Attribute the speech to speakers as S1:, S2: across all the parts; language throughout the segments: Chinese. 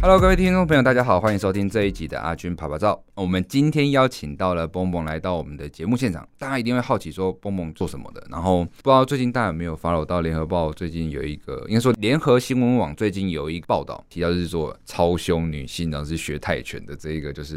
S1: Hello，各位听众朋友，大家好，欢迎收听这一集的阿军啪啪照。我们今天邀请到了蹦蹦来到我们的节目现场，大家一定会好奇说蹦蹦做什么的。然后不知道最近大家有没有 follow 到联合报最近有一个，应该说联合新闻网最近有一个报道提到，就是说超凶女性然后是学泰拳的这一个就是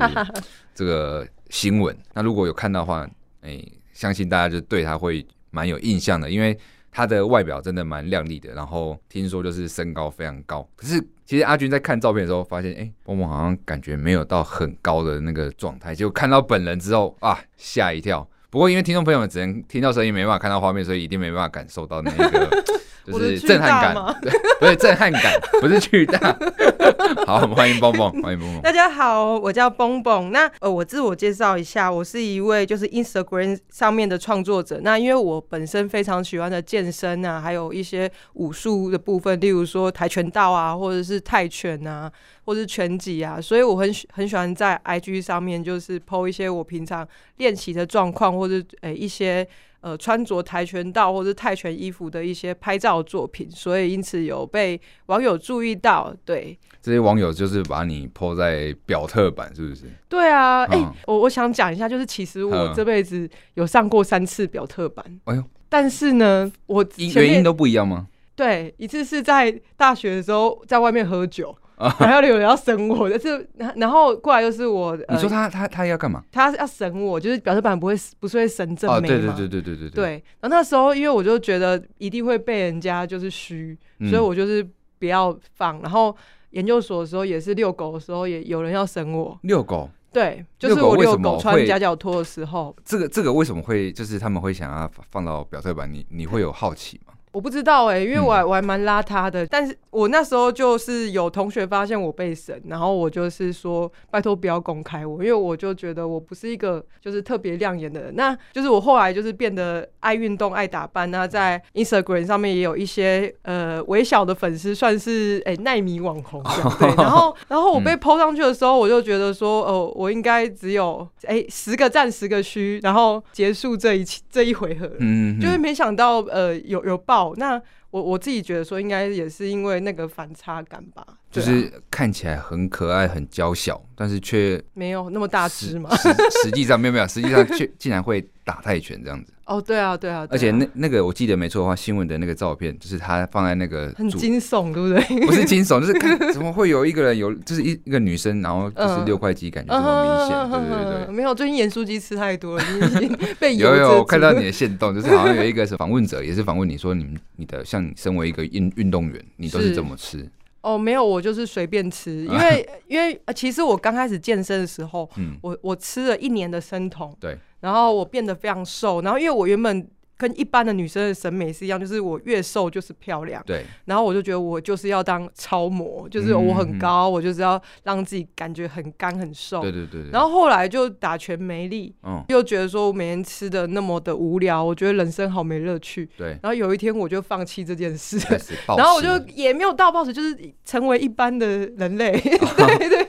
S1: 这个新闻。那如果有看到的话，哎、相信大家就对她会蛮有印象的，因为她的外表真的蛮靓丽的，然后听说就是身高非常高。可是其实阿军在看照片的时候发现，哎、蹦蹦好像感觉没有到很高的那个状态，结果看到本人之后啊，吓一跳。不过因为听众朋友们只能听到声音，没办法看到画面，所以一定没办法感受到那一个就
S2: 我的
S1: 是
S2: 巨
S1: 震撼
S2: 大
S1: 感
S2: 吗，
S1: 对，不是震撼感，不是巨大。 好，我们欢迎蹦蹦，欢迎蹦蹦。
S2: 大家好，我叫蹦蹦。那呃，我自我介绍一下，我是一位就是 Instagram 上面的创作者。那因为我本身非常喜欢的健身啊，还有一些武术的部分，例如说跆拳道啊，或者是泰拳啊，或者是拳击啊，所以我很喜很喜欢在 IG 上面就是 PO 一些我平常练习的状况，或者呃一些。呃，穿着跆拳道或者泰拳衣服的一些拍照作品，所以因此有被网友注意到，对，
S1: 这些网友就是把你抛在表特版，是不是？
S2: 对啊，哎、
S1: 嗯
S2: 我我想讲一下，就是其实我
S1: 嗯
S2: 这辈子有上过三次表特版，
S1: 哎呦，
S2: 但是呢，我
S1: 因
S2: 前
S1: 原因
S2: 面
S1: 都不一样吗？
S2: 对一次是在大学的时候在外面喝酒，
S1: 啊
S2: 然后有人要审我，但是然然后过来就是我，呃、
S1: 你说他他他要干嘛？
S2: 他是要审我，就是表特版不会不是会审正
S1: 哦，
S2: 妹
S1: 对对
S2: 吗
S1: 对对对对
S2: 对，然后那时候因为我就觉得一定会被人家就是虚，
S1: 嗯
S2: 所以我就是不要放，然后。研究所的时候也是遛狗的时候，也有人要审我，
S1: 遛狗
S2: 对，就是
S1: 遛狗
S2: 我
S1: 为
S2: 遛
S1: 什么
S2: 狗穿
S1: 会
S2: 夹脚拖的时候，
S1: 这个这个为什么会就是他们会想要放到表特版？你你会有好奇吗？
S2: 我不知道哎、因为我还
S1: 嗯
S2: 我还蛮邋遢的，但是我那时候就是有同学发现我被审，然后我就是说拜托不要公开我，因为我就觉得我不是一个就是特别亮眼的人。那就是我后来就是变得爱运动、爱打扮，那在 Instagram 上面也有一些呃微小的粉丝，算是哎耐、米网红这样。对，然后然后我被抛上去的时候，我就觉得说，哦，我应该只有哎十、个赞十个虚，然后结束这一期这一回合了。
S1: 嗯，
S2: 就是
S1: 嗯
S2: 没想到呃有有爆，那我我自己觉得说应该也是因为那个反差感吧，
S1: 就
S2: 对啊
S1: 是看起来很可爱、很娇小，但是却
S2: 没有那么大只嘛。
S1: 实实际上没有没有，实际上 却竟然会打泰拳这样子。
S2: 哦，对啊，对啊，对啊
S1: 而且那那个我记得没错的话，新闻的那个照片就是他放在那个
S2: 很
S1: 主
S2: 惊悚，对不对？
S1: 不是惊悚，就是看怎么会有一个人有，就是一一个女生，然后就是
S2: 嗯
S1: 六块肌，感觉这么明 显，对对对对。
S2: 没有，最近盐酥鸡吃太多了，已经已经 被
S1: 有
S2: 油
S1: 有
S2: 遮
S1: 我看
S2: 住
S1: 到
S2: 了
S1: 你的线动，就是好像有一个是访问者，也是访问你说你们你的像你身为一个运运动员，你都是
S2: 是
S1: 怎么吃？
S2: 哦，没有，我就是随便 吃，因为因为呃其实我刚开始健身的时候，
S1: 嗯
S2: 我我吃了一年的生酮，
S1: 对，
S2: 然后我变得非常瘦，然后因为我原本跟一般的女生的审美是一样，就是我越瘦就是漂亮，
S1: 对，
S2: 然后我就觉得我就是要当超模，就是
S1: 嗯
S2: 我很高，我就是要让自己感觉很干很瘦。
S1: 对对对对。
S2: 然
S1: 后，
S2: 后后来就打拳没力，
S1: 嗯，
S2: 又觉得说我每天吃的那么的无聊，我觉得人生好没乐趣。
S1: 对，
S2: 然后有一天我就放弃这件事，
S1: 开始暴食，
S2: 然后我就也没有到暴食，就是成为一般的人类，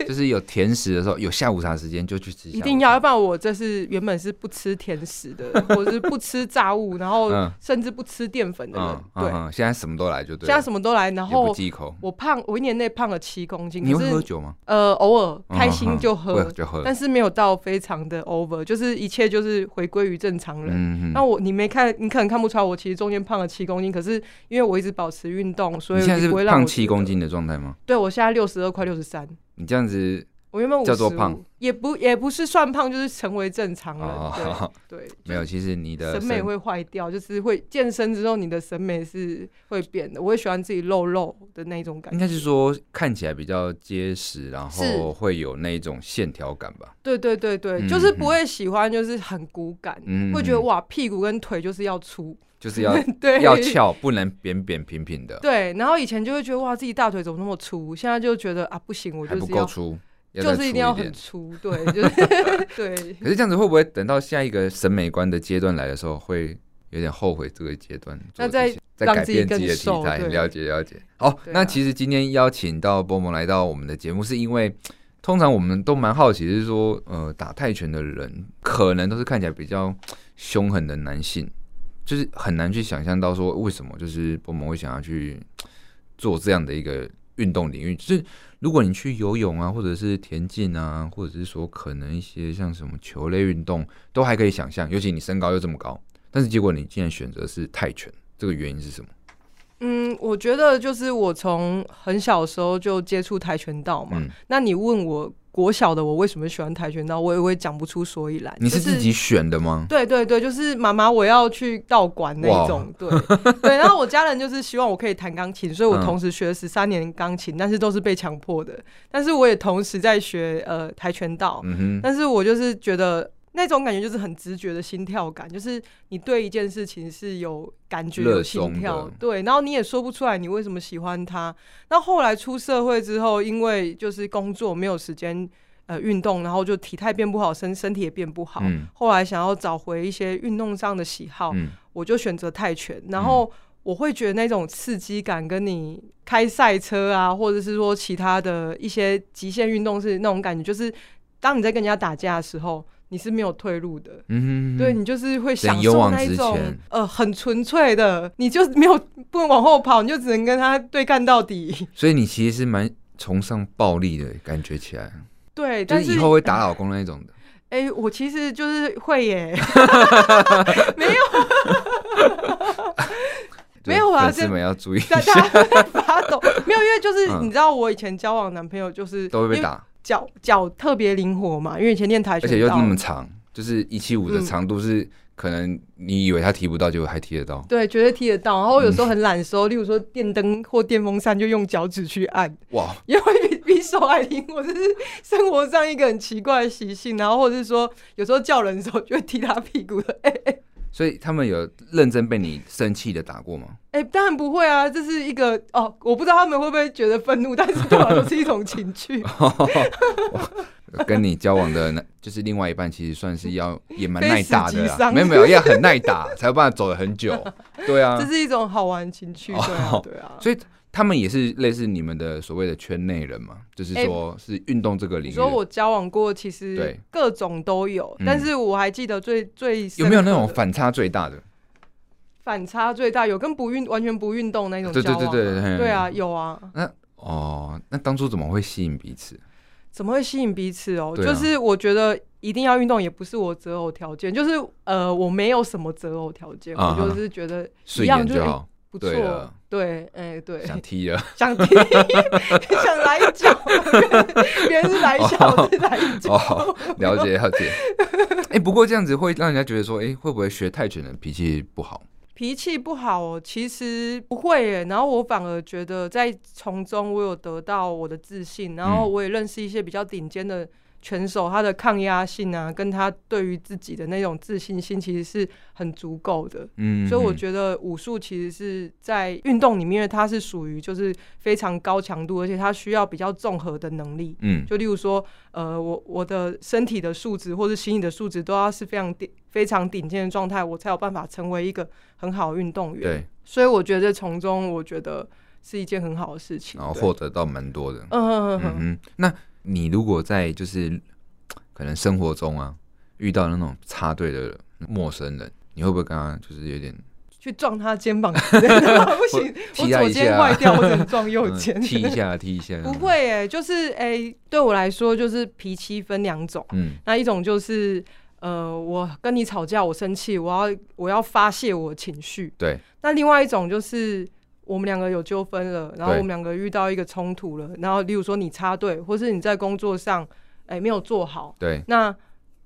S1: 就是有甜食的时候，有下午茶时间就去吃，
S2: 一定要，要，不然我这是原本是不吃甜食 的，或者是不吃炸物，然后
S1: 嗯
S2: 甚至不吃淀粉的人。
S1: 嗯
S2: 对，
S1: 嗯，现在什么都来就对
S2: 现
S1: 了，
S2: 在什么都来，然
S1: 也不
S2: 后
S1: 忌口。
S2: 我胖，我一年内胖了七公斤，
S1: 你
S2: 可
S1: 会
S2: 是
S1: 喝酒吗？
S2: 呃，偶尔开心
S1: 嗯
S2: 就
S1: 嗯
S2: 喝，
S1: 会就喝，
S2: 但是没有到非常的 over，就是一切就是回归于正常人。
S1: 嗯
S2: 那我你没看，你可能看不出来，我其实中间胖了七公斤，可是因为我一直保持运动，所
S1: 你
S2: 以
S1: 现在
S2: 也
S1: 是
S2: 不会让我
S1: 胖
S2: 觉
S1: 七
S2: 得
S1: 公。斤的状态吗？
S2: 对，我现在六十二块六十三，
S1: 你这样子
S2: 我原本五
S1: 叫
S2: 十
S1: 做胖，
S2: 也不也不是算胖，就是成为正常人。
S1: 哦， 啊
S2: 对，对，
S1: 没有，其实你的
S2: 审美会坏掉，就是会健身之后，你的审美是会变的。我也喜欢自己露肉的那种感
S1: 应
S2: 觉。
S1: 该是说看起来比较结实，然后
S2: 是
S1: 会有那种线条感吧。
S2: 对对对对，
S1: 嗯
S2: 就是不会喜欢，就是很骨感，
S1: 嗯
S2: 会觉得
S1: 嗯
S2: 哇，屁股跟腿就是要粗，
S1: 就是要
S2: 对，
S1: 要翘，不能扁扁平平的，
S2: 对，然后以前就会觉得哇，自己大腿怎么那么粗，现在就觉得啊，不行，我
S1: 还
S2: 就
S1: 不
S2: 是
S1: 够
S2: 要，
S1: 粗，要再
S2: 就
S1: 粗
S2: 是
S1: 一
S2: 定要
S1: 点
S2: 很。粗，对，就是 对。
S1: 可是这样子会不会等到下一个审美观的阶段来的时候，会有点后悔这个阶段做的
S2: 那
S1: 这
S2: 再
S1: 些？再
S2: 让
S1: 改
S2: 自己
S1: 变自
S2: 更
S1: 己的体
S2: 瘦
S1: 态，
S2: 对
S1: 了解了解。好，
S2: 对啊
S1: 那其实今天邀请到波波来到我们的节目，是因为通常我们都蛮好奇，就是说，呃，打泰拳的人可能都是看起来比较凶狠的男性，就是很难去想象到说为什么就是波波会想要去做这样的一个运动领域，就是如果你去游泳啊，或者是田径啊，或者是说可能一些像什么球类运动，都还可以想象，尤其你身高又这么高，但是结果你竟然选择是泰拳，这个原因是什么？
S2: 嗯，我觉得就是我从很小的时候就接触跆拳道嘛。
S1: 嗯
S2: 那你问我国小的我为什么喜欢跆拳道，我也会讲不出所以然。
S1: 你是
S2: 就
S1: 自己选的吗？
S2: 对对对，就是妈妈，我要去道馆那一种，对 对。然后我家人就是希望我可以弹钢琴，所以我
S1: 嗯
S2: 同时学了十三年钢琴，但是都是被强迫的。但是我也同时在学呃跆拳道，
S1: 嗯哼，
S2: 但是我就是觉得那种感觉就是很直觉的心跳感，就是你对一件事情是有感觉、
S1: 热
S2: 有心
S1: 衷的
S2: 跳，对，然后你也说不出来你为什么喜欢它。那后来出社会之后，因为就是工作没有时间。呃，运动，然后就体态变不好，身身体也变不好。
S1: 嗯
S2: 后来想要找回一些运动上的喜好，
S1: 嗯
S2: 我就选择泰拳。然后我会觉得那种刺激感，跟你开赛车啊，或者是说其他的一些极限运动是那种感觉，就是当你在跟人家打架的时候，你是没有退路的。
S1: 嗯哼，
S2: 对你就是会享
S1: 人勇
S2: 受
S1: 往
S2: 那一
S1: 直
S2: 种
S1: 前
S2: 呃很纯粹的，你就没有不能往后跑，你就只能跟他对干到底。
S1: 所以你其实是蛮崇尚暴力的感觉起来，
S2: 对，
S1: 就
S2: 但
S1: 是
S2: 是
S1: 以后会打老公那一种的。
S2: 哎、我其实就是会耶， 没有
S1: 对
S2: 没有啊
S1: 粉丝
S2: 这
S1: 们要注意一
S2: 大
S1: 下，
S2: 家在发抖，没有，因为就是、
S1: 嗯
S2: 你知道，我以前交往男朋友就是
S1: 都会被，打，
S2: 脚脚特别灵活嘛，因为以前练跆
S1: 而
S2: 拳道，
S1: 且又那么长，就是一七五的
S2: 嗯
S1: 长度是可能你以为他踢不到，结果还踢得到。
S2: 对，绝对踢得到。然后有时候很懒的时候，例如说电灯或电风扇，就用脚趾去按，
S1: 哇，
S2: 也会比比手还灵活，这是生活上一个很奇怪的习性。然后或者是说，有时候叫人的时候就会踢他屁股的，哎、
S1: 所以他们有认真被你生气的打过吗？
S2: 哎、当然不会啊，这是一个哦，我不知道他们会不会觉得愤怒，但是对我来说是一种情 趣。
S1: 跟你交往的那就是另外一半，其实算是要也蛮
S2: 非
S1: 耐打
S2: 死
S1: 的
S2: 即
S1: 啦，
S2: 伤
S1: 没有没有，要很耐打 才有办法走得 很久。对啊
S2: 这，是一种好玩的情趣，对啊
S1: 哦，
S2: 对啊。
S1: 所以他们也是类似你们的所谓的圈内人嘛，就是
S2: 哎
S1: 说是运动这个领
S2: 你
S1: 域
S2: 说
S1: 的。
S2: 我交往过，其实
S1: 对
S2: 各种都有，
S1: 嗯
S2: 但是我还记得最最深
S1: 有没有那种
S2: 刻的
S1: 反差最大的？
S2: 反差最大？有跟不运完全不运动那种
S1: 对
S2: 交
S1: 对
S2: 往、啊，
S1: 对对对
S2: 对啊，有啊，
S1: 哦，那当初怎么会吸引彼此？
S2: 怎么会吸引彼此哦？
S1: 对啊
S2: 就是我觉得一定要运动，也不是我择偶条件，就是呃，我没有什么择偶条件，
S1: 啊哈
S2: 我就是觉得一
S1: 顺
S2: 样
S1: 眼
S2: 就是
S1: 就好，
S2: 不错
S1: 对了，
S2: 对，哎、对，
S1: 想踢 了。
S2: 想踢，想来一脚， 别人是来一脚，我 是来一脚。
S1: 哦，了解了解。哎、不过这样子会让人家觉得说，哎、会不会学泰拳的脾气不好？
S2: 脾气不好、哦，其实不会耶。然后我反而觉得在从中我有得到我的自信，然后我也认识一些比较顶尖的拳手，他的抗压性啊，跟他对于自己的那种自信心，其实是很足够的。
S1: 嗯，
S2: 所以我觉得武术其实是在运动里面，因为它是属于就是非常高强度，而且它需要比较综合的能力。
S1: 嗯，
S2: 就例如说，呃，我我的身体的素质或者心理的素质都要是非常顶非常顶尖的状态，我才有办法成为一个很好的运动员。
S1: 对，
S2: 所以我觉得从中，我觉得是一件很好的事情。
S1: 然后
S2: 对
S1: 获得到蛮多的。
S2: 嗯哼哼
S1: 哦嗯
S2: 哼
S1: 哼，那你如果在就是可能生活中啊，遇到那种插队的陌生人，你会不会跟他就是有点
S2: 去撞他肩膀 之类的，不行，
S1: 踢
S2: 我
S1: 他
S2: 左
S1: 一
S2: 肩
S1: 下啊
S2: 坏掉，我只能撞右
S1: 嗯
S2: 肩。
S1: 踢一下踢一下？
S2: 不，会诶、就是诶、对我来说，就是脾气分两种。
S1: 嗯，
S2: 那一种就是呃，我跟你吵架，我生气，我要我要发泄我的情绪。
S1: 对。
S2: 那另外一种就是我们两个有纠纷了，然后
S1: 对
S2: 我们两个遇到一个冲突了，然后例如说你插队，或是你在工作上哎、没有做好，
S1: 对，
S2: 那。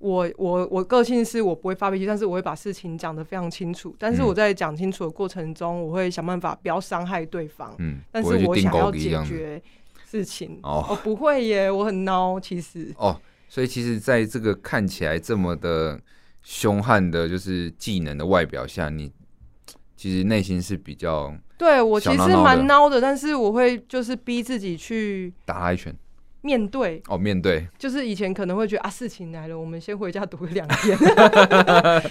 S2: 我我我个性是我不会发脾气，但是我会把事情讲得非常清楚。但是
S1: 嗯
S2: 我在讲清楚的过程中，我会想办法不要伤害对方，
S1: 嗯，
S2: 但
S1: 不
S2: 是
S1: 会
S2: 我
S1: 去定狗
S2: 想要
S1: 逼这
S2: 解
S1: 样子。
S2: 决事情。
S1: 哦
S2: 我不会耶，我很孬，其实。
S1: 哦，所以其实在这个看起来这么的凶悍的，就是技能的外表下，你其实内心是比较
S2: 对我其
S1: 小
S2: 实
S1: 孬孬的
S2: 蛮孬的，但是我会就是逼自己去
S1: 打他一拳
S2: 面对。
S1: 哦，面对
S2: 就是以前可能会觉得啊，事情来了，我们先回家躲个两天。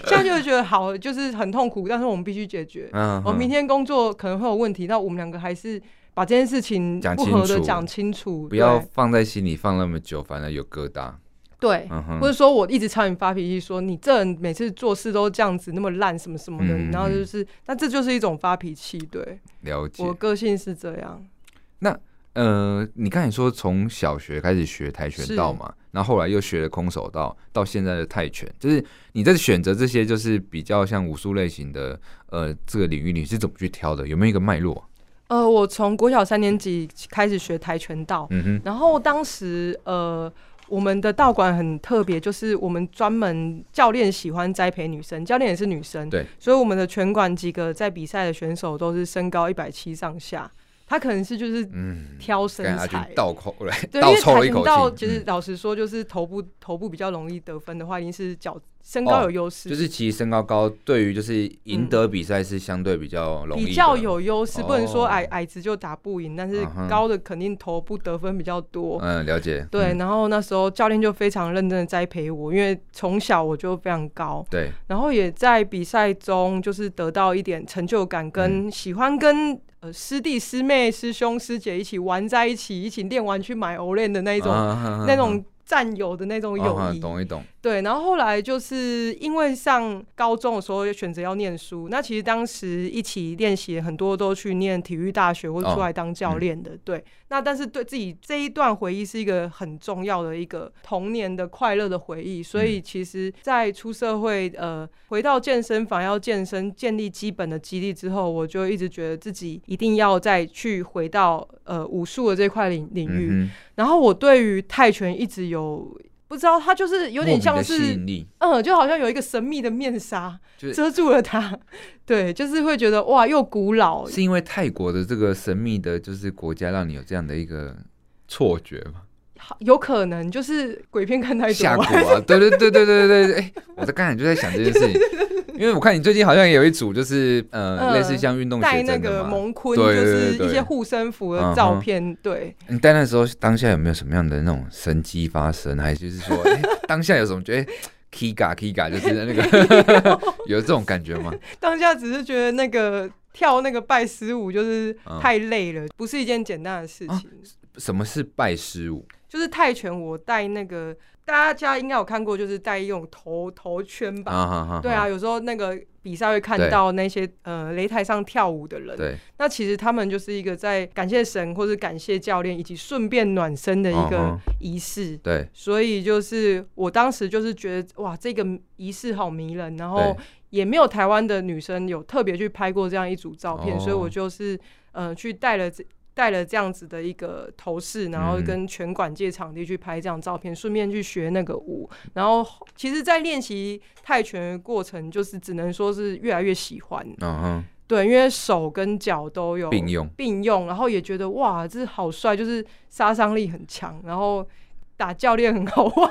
S2: 现在就会觉得好，就是很痛苦，但是我们必须解决。
S1: 嗯，
S2: 我、
S1: 嗯
S2: 明天工作可能会有问题，那我们两个还是把这件事情
S1: 讲
S2: 不
S1: 清
S2: 合的
S1: 楚
S2: 讲清楚，
S1: 不要放在心里放那么久，反正有疙瘩。
S2: 对。对
S1: 嗯哼，
S2: 或者说我一直朝你发脾气，说你这人每次做事都这样子，那么烂什么什么的，
S1: 嗯
S2: 然后就是，那这就是一种发脾气。对
S1: 了解
S2: 我。个性是这样。
S1: 呃，你刚才说从小学开始学跆拳道嘛，然后后来又学了空手道，到现在的泰拳，就是你在选择这些就是比较像武术类型的呃这个领域，你是怎么去挑的？有没有一个脉络啊、
S2: 呃，我从国小三年级开始学跆拳道，
S1: 嗯哼，
S2: 然后当时呃，我们的道馆很特别，就是我们专门教练喜欢栽培女生，教练也是女生，
S1: 对，
S2: 所以我们的拳馆几个在比赛的选手都是身高一百七上下，他可能是就是
S1: 嗯，
S2: 挑身
S1: 跟阿军
S2: 材。
S1: 倒扣来
S2: 对，
S1: 倒
S2: 因为
S1: 抽
S2: 跆
S1: 了一
S2: 拳
S1: 口
S2: 道
S1: 气，
S2: 其实
S1: 嗯
S2: 老实说，就是头部头部比较容易得分的话，一定是脚身高
S1: 哦
S2: 有优势，
S1: 就是其实身高高对于就是赢得比赛是相对比较容易的，
S2: 嗯比较有优势，不能说
S1: 哦
S2: 矮矮子就打不赢，但是
S1: 嗯哼
S2: 高的肯定头部得分比较多。
S1: 嗯了解，
S2: 对，
S1: 嗯
S2: 然后那时候教练就非常认真的栽培我，因为从小我就非常高，
S1: 对，
S2: 然后也在比赛中就是得到一点成就感，
S1: 嗯
S2: 跟喜欢跟、呃师弟师妹师兄师姐一起玩在一起，一起练完去买欧练的那一种、
S1: 啊
S2: 那种战友的那种友
S1: 啊
S2: 谊。
S1: 懂一懂，
S2: 对，然后后来就是因为上高中的时候就选择要念书，那其实当时一起练习很多都去念体育大学或者
S1: 哦
S2: 出来当教练的，对。那但是对自己这一段回忆是一个很重要的一个童年的快乐的回忆，所
S1: 嗯
S2: 以其实，在出社会呃回到健身房要健身，建立基本的肌力之后，我就一直觉得自己一定要再去回到呃武术的这块领领域。
S1: 嗯
S2: 然后我对于泰拳一直有。不知道，它就是
S1: 哼，
S2: 有点像
S1: 莫名的吸
S2: 是
S1: 引力，
S2: 嗯，就好像有一个神秘的面纱
S1: 就是
S2: 遮住了它， 对，就是会觉得哇，又古老，
S1: 是因为泰国的这个神秘的，就是国家让你有这样的一个错觉吗？
S2: 好有可能就是鬼片看太
S1: 下
S2: 多
S1: 蛊
S2: 吧，
S1: 啊！对对对对对对对！哎、我在刚才就在想这件事情，因为我看你最近好像也有一组，就是呃，
S2: 呃
S1: 类似像运动
S2: 带
S1: 写
S2: 那
S1: 真的
S2: 个
S1: 嘛。
S2: 蒙坤，
S1: 对
S2: 就
S1: 对对
S2: 是
S1: 对嗯
S2: 一些护身符的照片，对，
S1: 你在那时候当下有没有什么样的那种神机发生？还是就是 说，哎、当下有什么觉得 kiga kiga 就是那个 有这种感觉吗？
S2: 当下只是觉得那个跳那个拜师舞就是
S1: 嗯
S2: 太累了，不是一件简单的事
S1: 啊
S2: 情。
S1: 什么是拜师舞？
S2: 就是泰拳，我戴那个大家应该有看过，就是戴一种头头圈吧，
S1: 啊哈哈！
S2: 对啊，，有时候那个比赛会看
S1: 对
S2: 到那些呃擂台上跳舞的人，
S1: 对，
S2: 那其实他们就是一个在感谢神或者感谢教练以及顺便暖身的一个
S1: 嗯哼
S2: 仪式。
S1: 对，
S2: 所以就是我当时就是觉得哇，这个仪式好迷人，然后
S1: 对
S2: 也没有台湾的女生有特别去拍过这样一组照片，
S1: 哦
S2: 所以我就是呃去带了这带了这样子的一个头饰，然后
S1: 嗯
S2: 跟拳馆借场地去拍这样照片，顺便去学那个舞。然后其实，在练习泰拳的过程，就是只能说是越来越喜欢，
S1: 嗯哼，
S2: 对，因为手跟脚都有
S1: 并用。
S2: 并用，然后也觉得哇，这好帅，就是杀伤力很强，然后打教练很好玩。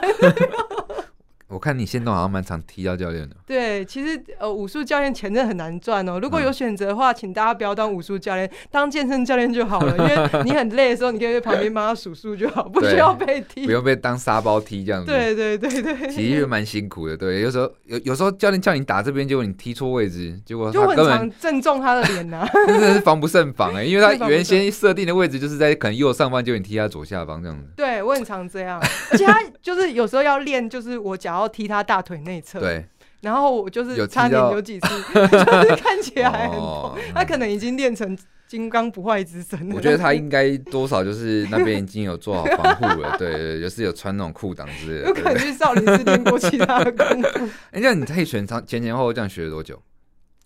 S1: 我看你现动好像蛮常踢到教练的。
S2: 对，其实呃，武术教练钱真的很难赚哦。如果
S1: 嗯
S2: 有选择的话，请大家不要当武术教练，当健身教练就好了，因为你很累的时候，你可以在旁边帮他数数就好，不需
S1: 对
S2: 要被踢
S1: 不。用被当沙包踢这样子。，
S2: 对对对对，
S1: 其实蛮辛苦的。对，有时候有有时候教练叫你打这边，结果你踢错位置，结果
S2: 就
S1: 他
S2: 很
S1: 根本
S2: 常 正中他的脸呐、
S1: 真的是防不胜防 哎、因为
S2: 是防
S1: 他
S2: 不胜
S1: 原先设定的位置就是在可能右上方，结果你踢他左下方这 样子。
S2: 对我很常这样，而且他就是有时候要练，就是我脚要踢他大腿内侧，
S1: 对，
S2: 然后我就
S1: 有
S2: 是
S1: 踢
S2: 差点
S1: 到
S2: 有几次， 就是看起来很痛
S1: 哦，
S2: 他可能已经练成金刚不坏之身了。
S1: 我觉得他应该多少就是那边已经有做好防护了，对对，就是有穿那种裤裆之类
S2: 有
S1: 的。对
S2: 可能
S1: 对
S2: 去少林寺练过其他的 功夫。
S1: 哎，那你泰拳长前前后后这样学了多久？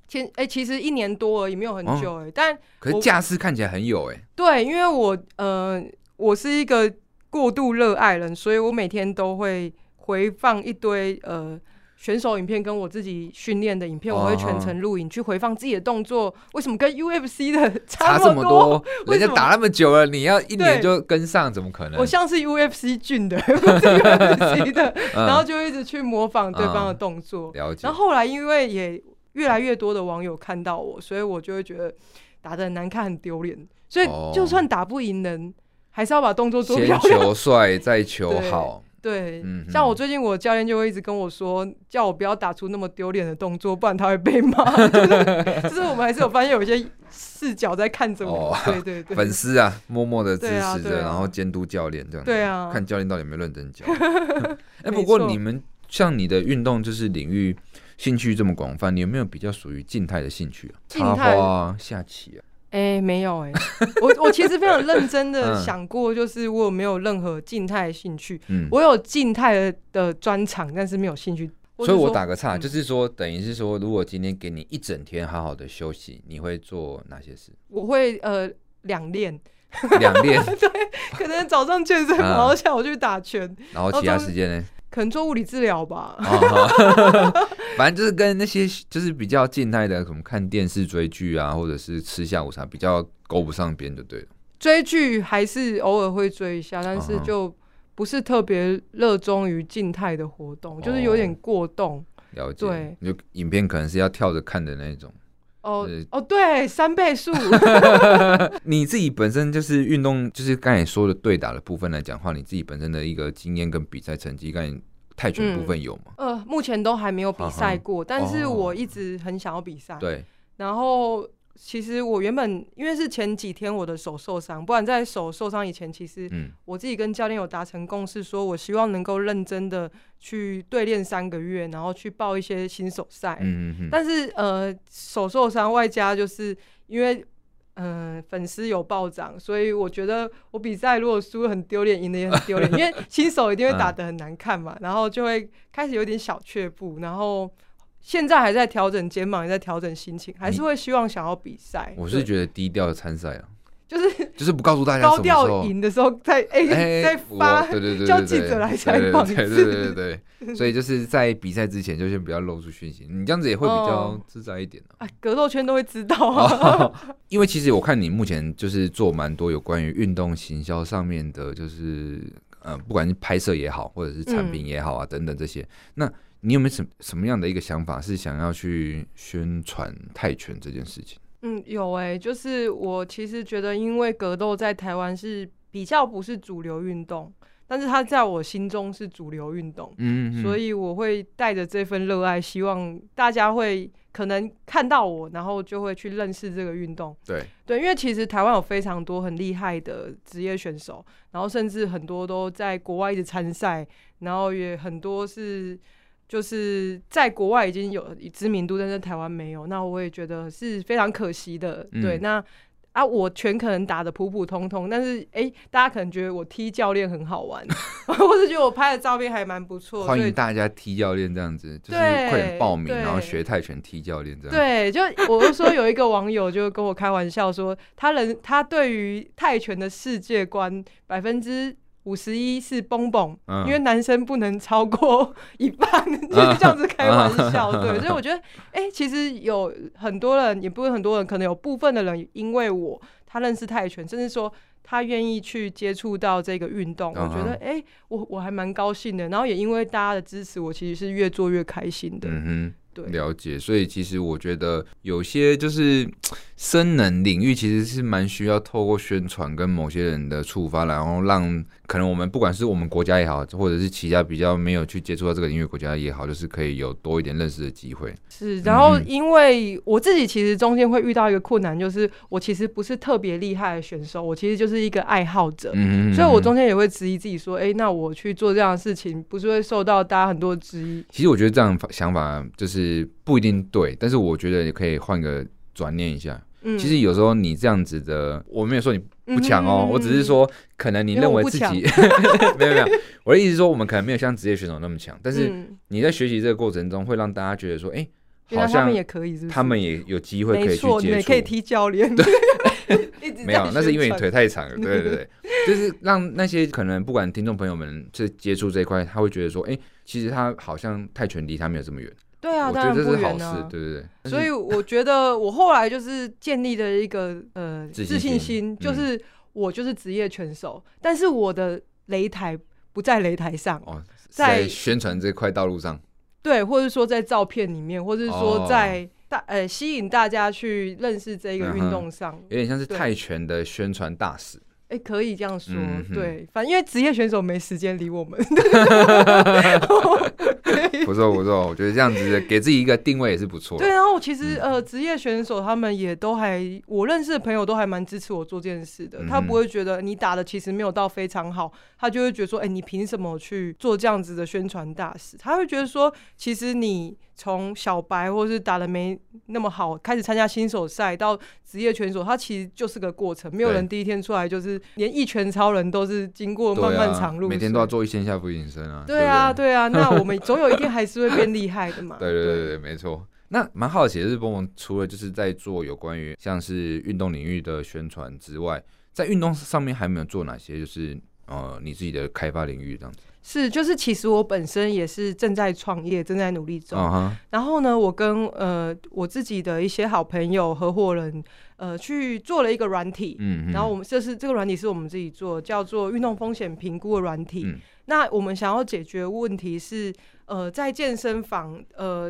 S2: 前哎、其实一年多而已，没有很
S1: 哦
S2: 久哎、但
S1: 可是
S2: 我
S1: 架势看起来很有哎、
S2: 对，因为我呃，我是一个过度热爱人，所以我每天都会回放一堆呃。选手影片跟我自己训练的影片，我会全
S1: 哦
S2: 程录影去回放自己的动作，为什么跟 UFC 的
S1: 差
S2: 差
S1: 这
S2: 那
S1: 么
S2: 么
S1: 多，
S2: 为
S1: 人
S2: 什
S1: 家
S2: 么
S1: 打那么久了，你要一年
S2: 对
S1: 就跟上，怎么可能
S2: 我？像是 UFC 俊的， 不是 UFC 的，
S1: 嗯
S2: 然后就一直去模仿对方的动作。
S1: 了解
S2: 然，后后来因为也越来越多的网友看到我，所以我就会觉得打的难看很丢脸，所以
S1: 哦
S2: 就算打不赢人，还是要把动作 做漂
S1: 先
S2: 亮。
S1: 求 帅，再求好。
S2: 对，
S1: 嗯哼
S2: 像我最近我教练就会一直跟我说，叫我不要打出那么丢脸的动作，不然他会被骂。 就是就是我们还是有发现有一些视角在看着我，
S1: 哦
S2: 对对对，
S1: 粉丝啊，默默的支
S2: 对啊
S1: 持
S2: 对
S1: 着，
S2: 啊
S1: 然后监督教练这样。
S2: 对啊
S1: 看教练到底有没有认真 教。哎，
S2: 没
S1: 不过
S2: 错
S1: 你们像你的运动就是领域兴趣这么广泛，你有没有比较属于静态的兴趣啊？
S2: 静
S1: 插
S2: 态
S1: 花啊、下棋啊？
S2: 哎、没有哎、我我其实非常认真 的
S1: 嗯
S2: 想过，就是我有没有任何静态兴趣。
S1: 嗯，
S2: 我有静态的专长，但是没有兴趣。或
S1: 所
S2: 是
S1: 以我
S2: 说
S1: 打个岔，
S2: 嗯
S1: 就是说，等于是说，如果今天给你一整天好好的休息，你会做哪些事？
S2: 我会呃两练，
S1: 两练，
S2: 可能早上健身，
S1: 啊
S2: 然后下午去打拳，
S1: 然后其他时间呢？
S2: 可能做物理治疗吧。
S1: 哦好 反正就是跟那些就是比较静态的，什么看电视、追剧啊，或者是吃下午茶，比较勾不上边就对了。
S2: 追剧还是偶尔会追一下，但是
S1: 嗯哼
S2: 就不是特别热衷于静态的活
S1: 哦
S2: 动，就是有点过动。
S1: 了解，
S2: 对，
S1: 就影片可能是要跳着看的那一种。
S2: 哦
S1: 是
S2: 哦，对，三 倍速，
S1: 你自己本身就是运动，就是刚才你说的对打的部分来讲话，你自己本身的一个经验跟比赛成绩，刚才泰拳的部分有吗？
S2: 呃，目前都还没有比赛过，但是
S1: 哦
S2: 我一直很想要比赛。
S1: 对，
S2: 然后其实我原本因为是前几天我的手受伤，不然在手受伤以前，其实
S1: 嗯，
S2: 我自己跟教练有达成共识，说我希望能够认真的去对练三个月，然后去报一些新手赛。
S1: 嗯嗯嗯，
S2: 但是呃，手受伤外加就是因为。嗯、粉丝有暴涨，所以我觉得我比赛如果输很丢脸，赢的也很丢脸，因为新手一定会打得很难看嘛，然后就会开始有点小却步，然后现在还在调整肩膀，也在调整心情，还是会希望想要比赛。
S1: 哎我是
S2: 对
S1: 觉得低调的参赛啊，
S2: 就是
S1: 就是不告诉大家
S2: 高
S1: 什么时
S2: 调
S1: 候。
S2: 赢的时候再哎、再发
S1: 我对对对对对，
S2: 叫记者来采访
S1: 对对对对对对对，所以就是在比赛之前就先不要露出讯息，你这样子也会比较
S2: 哦
S1: 自在一点啊。
S2: 啊，格斗圈都会知道啊。
S1: 哦，因为其实我看你目前就是做蛮多有关于运动行销上面的，就是呃，不管是拍摄也好，或者是产
S2: 嗯
S1: 品也好啊，等等这些。那你有没有什什么样的一个想法，是想要去宣传泰拳这件事情？
S2: 嗯，有哎、就是我其实觉得，因为格斗在台湾是比较不是主流运动，但是它在我心中是主流运动，
S1: 嗯
S2: 所
S1: 以
S2: 以我会带着这份热爱，希望大家会可能看到我，然后就会去认识这个运动。
S1: 对，
S2: 对，因为其实台湾有非常多很厉害的职业选手，然后甚至很多都在国外一直参赛，然后也很多是就是在国外已经有知名度，但是台湾没有。那我也觉得是非常可惜的。对，
S1: 嗯
S2: 那啊，我拳可能打的普普通通，但是哎、大家可能觉得我踢教练很好玩， 或是觉得我拍的照片还蛮不错，
S1: 欢
S2: 所
S1: 迎
S2: 以
S1: 大家踢教练这样子，就是
S2: 对
S1: 快点报名，
S2: 对
S1: 然后学泰拳踢教练这样。
S2: 对，就 我就说有一个网友就跟我开玩笑说，他人他对于泰拳的世界观百分之五十一是蹦蹦，
S1: 嗯
S2: 因为男生不能超过一半， 就是这样子开玩笑。
S1: 嗯
S2: 对，所以我觉得，哎、其实有很多人，也不是很多人，可能有部分的人因为我他认识泰拳，甚至说。他愿意去接触到这个运动我觉得
S1: 嗯
S2: 哎、我我还蛮高兴的。然后也因为大家的支持，我其实是越做越开心的。
S1: 嗯
S2: 对
S1: 哼，了解。所以其实我觉得有些就是生能领域，其实是蛮需要透过宣传跟某些人的触发，然后让可能我们不管是我们国家也好，或者是其他比较没有去接触到这个领域的国家也好，就是可以有多一点认识的机会。
S2: 是，然后
S1: 嗯
S2: 因为我自己其实中间会遇到一个困难，就是我其实不是特别厉害的选手，我其实就是一个爱好者，
S1: 嗯哼
S2: 所以我中间也会质疑自己说，哎、那我去做这样的事情，不是会受到大家很多质疑？
S1: 其实我觉得这样想法就是不一定对，但是我觉得也可以换个转念一下。
S2: 嗯，
S1: 其实有时候你这样子的，我没有说你不强哦，
S2: 嗯
S1: 我只是，说，可能你
S2: 因为
S1: 认
S2: 我
S1: 为
S2: 不
S1: 自
S2: 强
S1: 己 没有没有，我的意思是说，我们可能没有像职业选手那么强，但是
S2: 嗯
S1: 你在学习这个过程中，会让大家觉得说，哎、好
S2: 原来他
S1: 像
S2: 们也可以，是不是？
S1: 他们也有机会可
S2: 没
S1: 以去
S2: 错，你
S1: 接
S2: 们可以
S1: 触。
S2: 踢教练， 一直在
S1: 没有，那是因为你
S2: 宣传
S1: 腿太长 了，对对对，就是让那些可能不管听众朋友们是接触这一块，他会觉得说，哎、其实他好像泰拳离他没有这么远，
S2: 对啊，
S1: 我
S2: 当
S1: 觉
S2: 然
S1: 得这
S2: 不
S1: 是好
S2: 远
S1: 事，
S2: 啊。
S1: 对对对。但是
S2: 所以我觉得我后来就是建立的一个呃
S1: 自
S2: 自
S1: 信
S2: 信
S1: 心
S2: 心，
S1: 嗯
S2: 就是我就是职业拳手，但是我的擂台不在擂台上，
S1: 哦，
S2: 在
S1: 在宣传这块道路上，
S2: 对，或者说在照片里面，或者说
S1: 哦
S2: 在大、呃吸引大家去认识这
S1: 嗯
S2: 个运动上，
S1: 有点像是
S2: 对
S1: 泰拳的宣传大使。
S2: 哎、可以这样说，
S1: 嗯哼
S2: 对，反正因为职业选手没时间理我们，
S1: 不错不错，我觉得这样子给自己一个定位也是不错的
S2: 对，。然后其实、
S1: 嗯
S2: 呃，职业选手他们也都还，我认识的朋友都还蛮支持我做这件事的。他
S1: 嗯哼
S2: 不会觉得你打的其实没有到非常好，他就会觉得说，哎、你凭什么去做这样子的宣传大使？他会觉得说，其实你从小白或是打的没那么好，开始参加新手赛到职业选手，他其实就是个过程，没有
S1: 对
S2: 人第一天出来就是连一拳超人都是经过漫
S1: 对
S2: 漫
S1: 啊，
S2: 长路，
S1: 每天都要。做一千下俯卧撑啊。
S2: 对
S1: 不
S2: 啊，对啊，那我们总有一天还是会变厉害的嘛。
S1: 对对对对，没错。那蛮好奇的是，蹦蹦除了就是在做有关于像是运动领域的宣传之外，在运动上面还没有做哪些就是呃你自己的开发领域这样子？
S2: 是，就是其实我本身也是正在创业，正在努力中。
S1: 啊哈，
S2: 然后呢，我跟呃我自己的一些好朋友、合伙人，呃，去做了一个软体。
S1: 嗯，嗯
S2: 然后我们这是这个软体是我们自己做，叫做运动风险评估的软体。
S1: 嗯
S2: 那我们想要解决问题是，呃，在健身房，呃，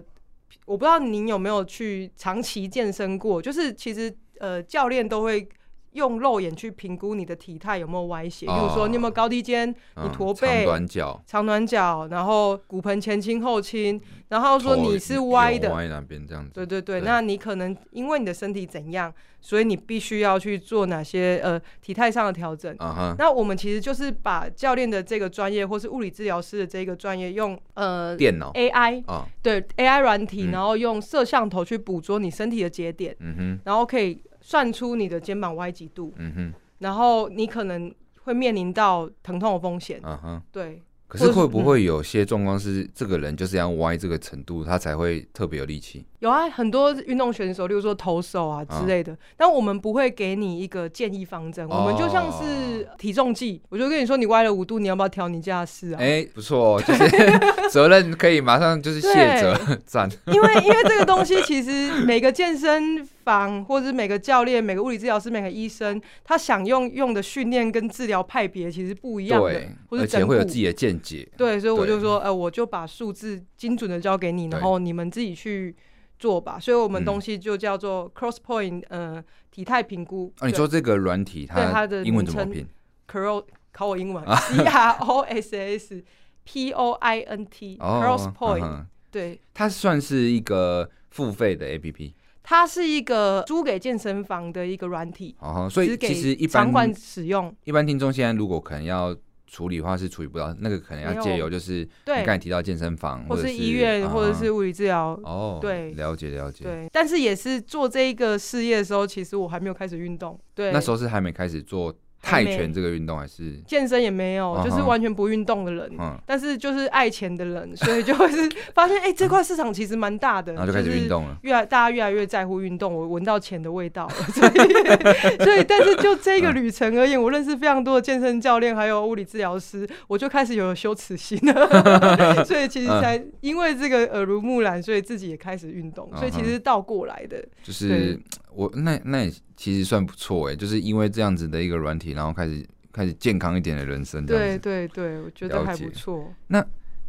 S2: 我不知道您有没有去长期健身过，就是其实呃，教练都会。用肉眼去评估你的体态有没有歪斜，比如说你有没有高低肩，你
S1: 啊嗯
S2: 驼
S1: 长
S2: 背
S1: 短脚，
S2: 长短脚，然后骨盆前倾后倾，然后说
S1: 头
S2: 你是
S1: 有
S2: 歪的，
S1: 歪哪边这样子？
S2: 对对对，
S1: 对
S2: 那你可能因为你的身体怎样，所以你必须要去做哪些呃体态上的调整。
S1: 啊哈，
S2: 那我们其实就是把教练的这个专业，或是物理治疗师的这个专业用，呃
S1: 电脑
S2: AI
S1: 啊，
S2: 对 AI 软体，
S1: 嗯
S2: 然后用摄像头去捕捉你身体的节点，
S1: 嗯哼，
S2: 然后可以算出你的肩膀歪几度，
S1: 嗯
S2: 然后你可能会面临到疼痛的风险
S1: 哼，。啊哈。
S2: 对，
S1: 可
S2: 或
S1: 是
S2: 者是
S1: 会不会有些状况是这个人就是要歪这个程度，他才会特别有力气？
S2: 有啊，很多运动选手，例如说投手啊之类的，但我们不会给你一个建议方针，
S1: 嗯哦
S2: 我们就像是体重计，我就跟你说你歪了五度，你要不要调你驾驶 啊？
S1: 哎、不错哦，就是 责任可以马上就是卸责， 赞。
S2: 因为因为这个东西其实每个健身房或者是每个教练、每个物理治疗师、每个医生，他想用用的训练跟治疗派别其实不一样的
S1: 对，，
S2: 或
S1: 而
S2: 是
S1: 且
S2: 整
S1: 会有
S2: 部
S1: 自己的见解。
S2: 对，所以我
S1: 对
S2: 就说，呃，我就把数字精准的交给你，然
S1: 对
S2: 后你们自己去做吧。所以我们
S1: 嗯
S2: 东西就叫做 cross point，呃，体态评估。
S1: 啊，你
S2: 对
S1: 说这个软体
S2: 对它的
S1: 英文怎么
S2: 名称
S1: 拼？
S2: cross 考我英文，C
S1: 啊
S2: R O S S P O I N T cross
S1: 嗯
S2: point，
S1: 哼
S2: 对。
S1: 它算是一个付费的 APP，
S2: 它是一个租给健身房的一个软体，
S1: 哦，所以
S2: 只
S1: 其实
S2: 给
S1: 一
S2: 场
S1: 般
S2: 馆使用。
S1: 一般听众现在如果可能要处理的话是处理不到，那个可能要
S2: 没有
S1: 借由就是你
S2: 对
S1: 刚，才提到健身房，
S2: 或
S1: 者
S2: 是医院，或者
S1: 啊
S2: 是物理治疗，
S1: 哦，
S2: 对
S1: 了解了解。
S2: 对。但是也是做这一个事业的时候，其实我还没有开始运动，对，
S1: 那时候是还没开始做泰
S2: 还没
S1: 拳这个运动，还是
S2: 健身也没有，
S1: 啊哈
S2: 就是完全不运动的人。
S1: 嗯，
S2: 但是就是爱钱的人，所以就会是发现，哎、这块市场其实蛮大的，
S1: 然后就开始运。动了。
S2: 越来大家越来越在乎运动，我闻到钱的味道了， 所以 所以但是就这个旅程而言，我认识非常多的健身教练，还有物理治疗师，我就开始有了羞耻心了， 所以其实才
S1: 嗯
S2: 因为这个耳濡目染，所以自己也开始运动，所以其实是倒过来的，
S1: 就是
S2: 对
S1: 我那那也其实算不错哎，就是因为这样子的一个软体，然后开始开始健康一点的人生这样
S2: 对
S1: 子。
S2: 对对，我觉
S1: 了
S2: 得还
S1: 解
S2: 不错。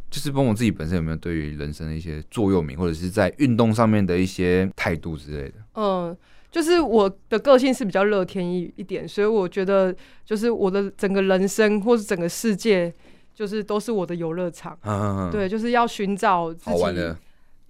S1: 就是帮我自己本身有没有对于人生的一些座右铭，或者是在运动上面的一些态度之类的。
S2: 嗯，就是我的个性是比较乐天一一点，所以我觉得就是我的整个人生或是整个世界，就是都是我的游乐场。
S1: 嗯，
S2: 对，就是要寻找自
S1: 好玩的
S2: 己，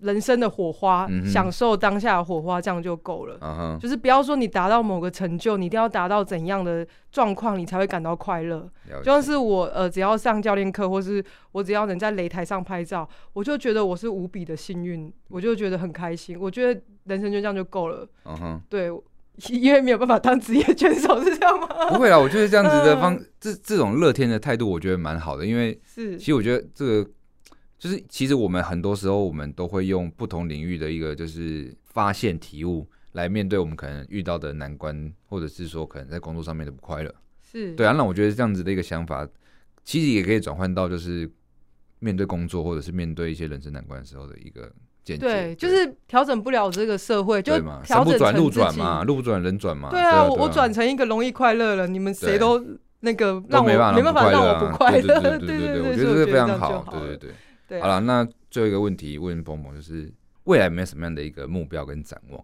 S2: 人生的火花，
S1: 嗯哼
S2: 享受当下的火花，这样就够了。
S1: 嗯哼，
S2: 就是不要说你达到某个成就，你一定要达到怎样的状况，你才会感到快乐。
S1: 了
S2: 就
S1: 解
S2: 像是我呃，只要上教练课，或是我只要能在擂台上拍照，我就觉得我是无比的幸运，我就觉得很开心。我觉得人生就这样就够了。
S1: 嗯哼，
S2: 对， 我因为没有办法当职业选手，是这 样吗？
S1: 不会啦，我觉得这样子的方，
S2: 嗯
S1: 这这种乐天的态度，我觉得蛮好的，因为
S2: 是
S1: 其，实我觉得这个就是，其实我们很多时候我们都会用不同领域的一个就是发现体悟来面对我们可能遇到的难关，或者是说可能在工作上面的不快乐。
S2: 是，
S1: 对啊，那我觉得这样子的一个想法，其实也可以转换到就是面对工作或者是面对一些人生难关的时候的一个见解。
S2: 对，就是调整不了这个社会，就
S1: 对嘛，
S2: 调
S1: 山
S2: 整
S1: 不转
S2: 成
S1: 路
S2: 自
S1: 转
S2: 己
S1: 嘛，路不转人转嘛。
S2: 对
S1: 啊，
S2: 啊，我我
S1: 对啊
S2: 转成一个容易快乐了，你们谁
S1: 对
S2: 都那个
S1: 都
S2: 让我
S1: 没办法
S2: 法让我
S1: 不
S2: 不
S1: 快啊
S2: 快乐，
S1: 对
S2: 对
S1: 对
S2: 对，
S1: 我觉得
S2: 所以
S1: 这个非
S2: 这
S1: 常
S2: 样就
S1: 好，
S2: 好
S1: 对对
S2: 了
S1: 对。
S2: 对
S1: 好
S2: 啊。
S1: 了，那最后一个问题问蹦蹦，就是未来有没有什么样的一个目标跟展望？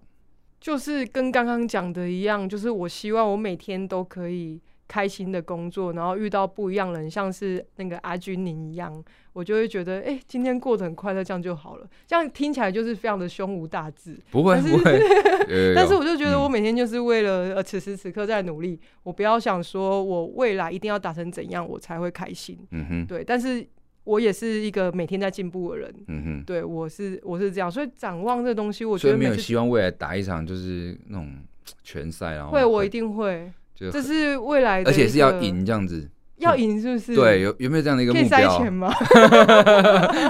S2: 就是跟刚刚讲的一样，就是我希望我每天都可以开心的工作，然后遇到不一样人，像是那个阿君您一样，我就会觉得，哎、今天过得很快乐，这样就好了。这样听起来就是非常的胸无大志，
S1: 不会
S2: 但是
S1: 不 会，有有
S2: 但是
S1: 有
S2: 我就觉得我每天就是为了呃此时此刻在努力，我不要想说我未来一定要达成怎样我才会开心，
S1: 嗯哼
S2: 对。但是我也是一个每天在进步的人，
S1: 嗯哼。
S2: 对我是我是这样，所以展望这东西，我觉
S1: 所以
S2: 得
S1: 没
S2: 每
S1: 有
S2: 次
S1: 希望未来打一场就是那种拳赛，然后
S2: 会我一
S1: 很
S2: 定会，
S1: 就
S2: 这
S1: 很
S2: 是未来的
S1: 哦而
S2: 一个，
S1: 且是要赢这样子。
S2: 要赢是不是？
S1: 对，，有有没有这样的一个
S2: 可以
S1: 目
S2: 塞
S1: 标
S2: 钱？吗？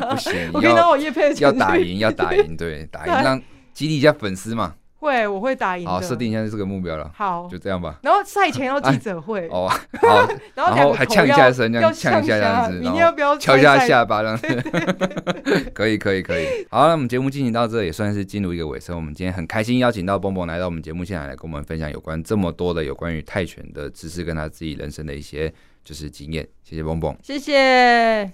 S1: 不 行，
S2: 我可以拿
S1: 要
S2: 我叶配的钱
S1: 要打
S2: 去
S1: 赢，要打赢，对，打赢
S2: 对
S1: 让激励一下粉丝嘛。
S2: 会，我会打赢
S1: 好，
S2: 的。
S1: 设定一下这个目标了，
S2: 好
S1: 就，这样吧。
S2: 然后赛前要记者会，
S1: 哦，好，
S2: 然后
S1: 然
S2: 两
S1: 后
S2: 个
S1: 还
S2: 头
S1: 呛一
S2: 要
S1: 下声这样
S2: 要
S1: 呛一下这样子
S2: 明
S1: 然
S2: 天
S1: 后
S2: 要不要
S1: 敲一
S2: 参
S1: 下
S2: 赛？
S1: 下巴，让 可以可以可以。好，那我们节目进行到这，也算是进入一个尾声。我们今天很开心邀请到蹦蹦来到我们节目现场，来跟我们分享有关这么多的有关于泰拳的知识，跟他自己人生的一些就是经验。谢谢蹦蹦。
S2: 谢谢。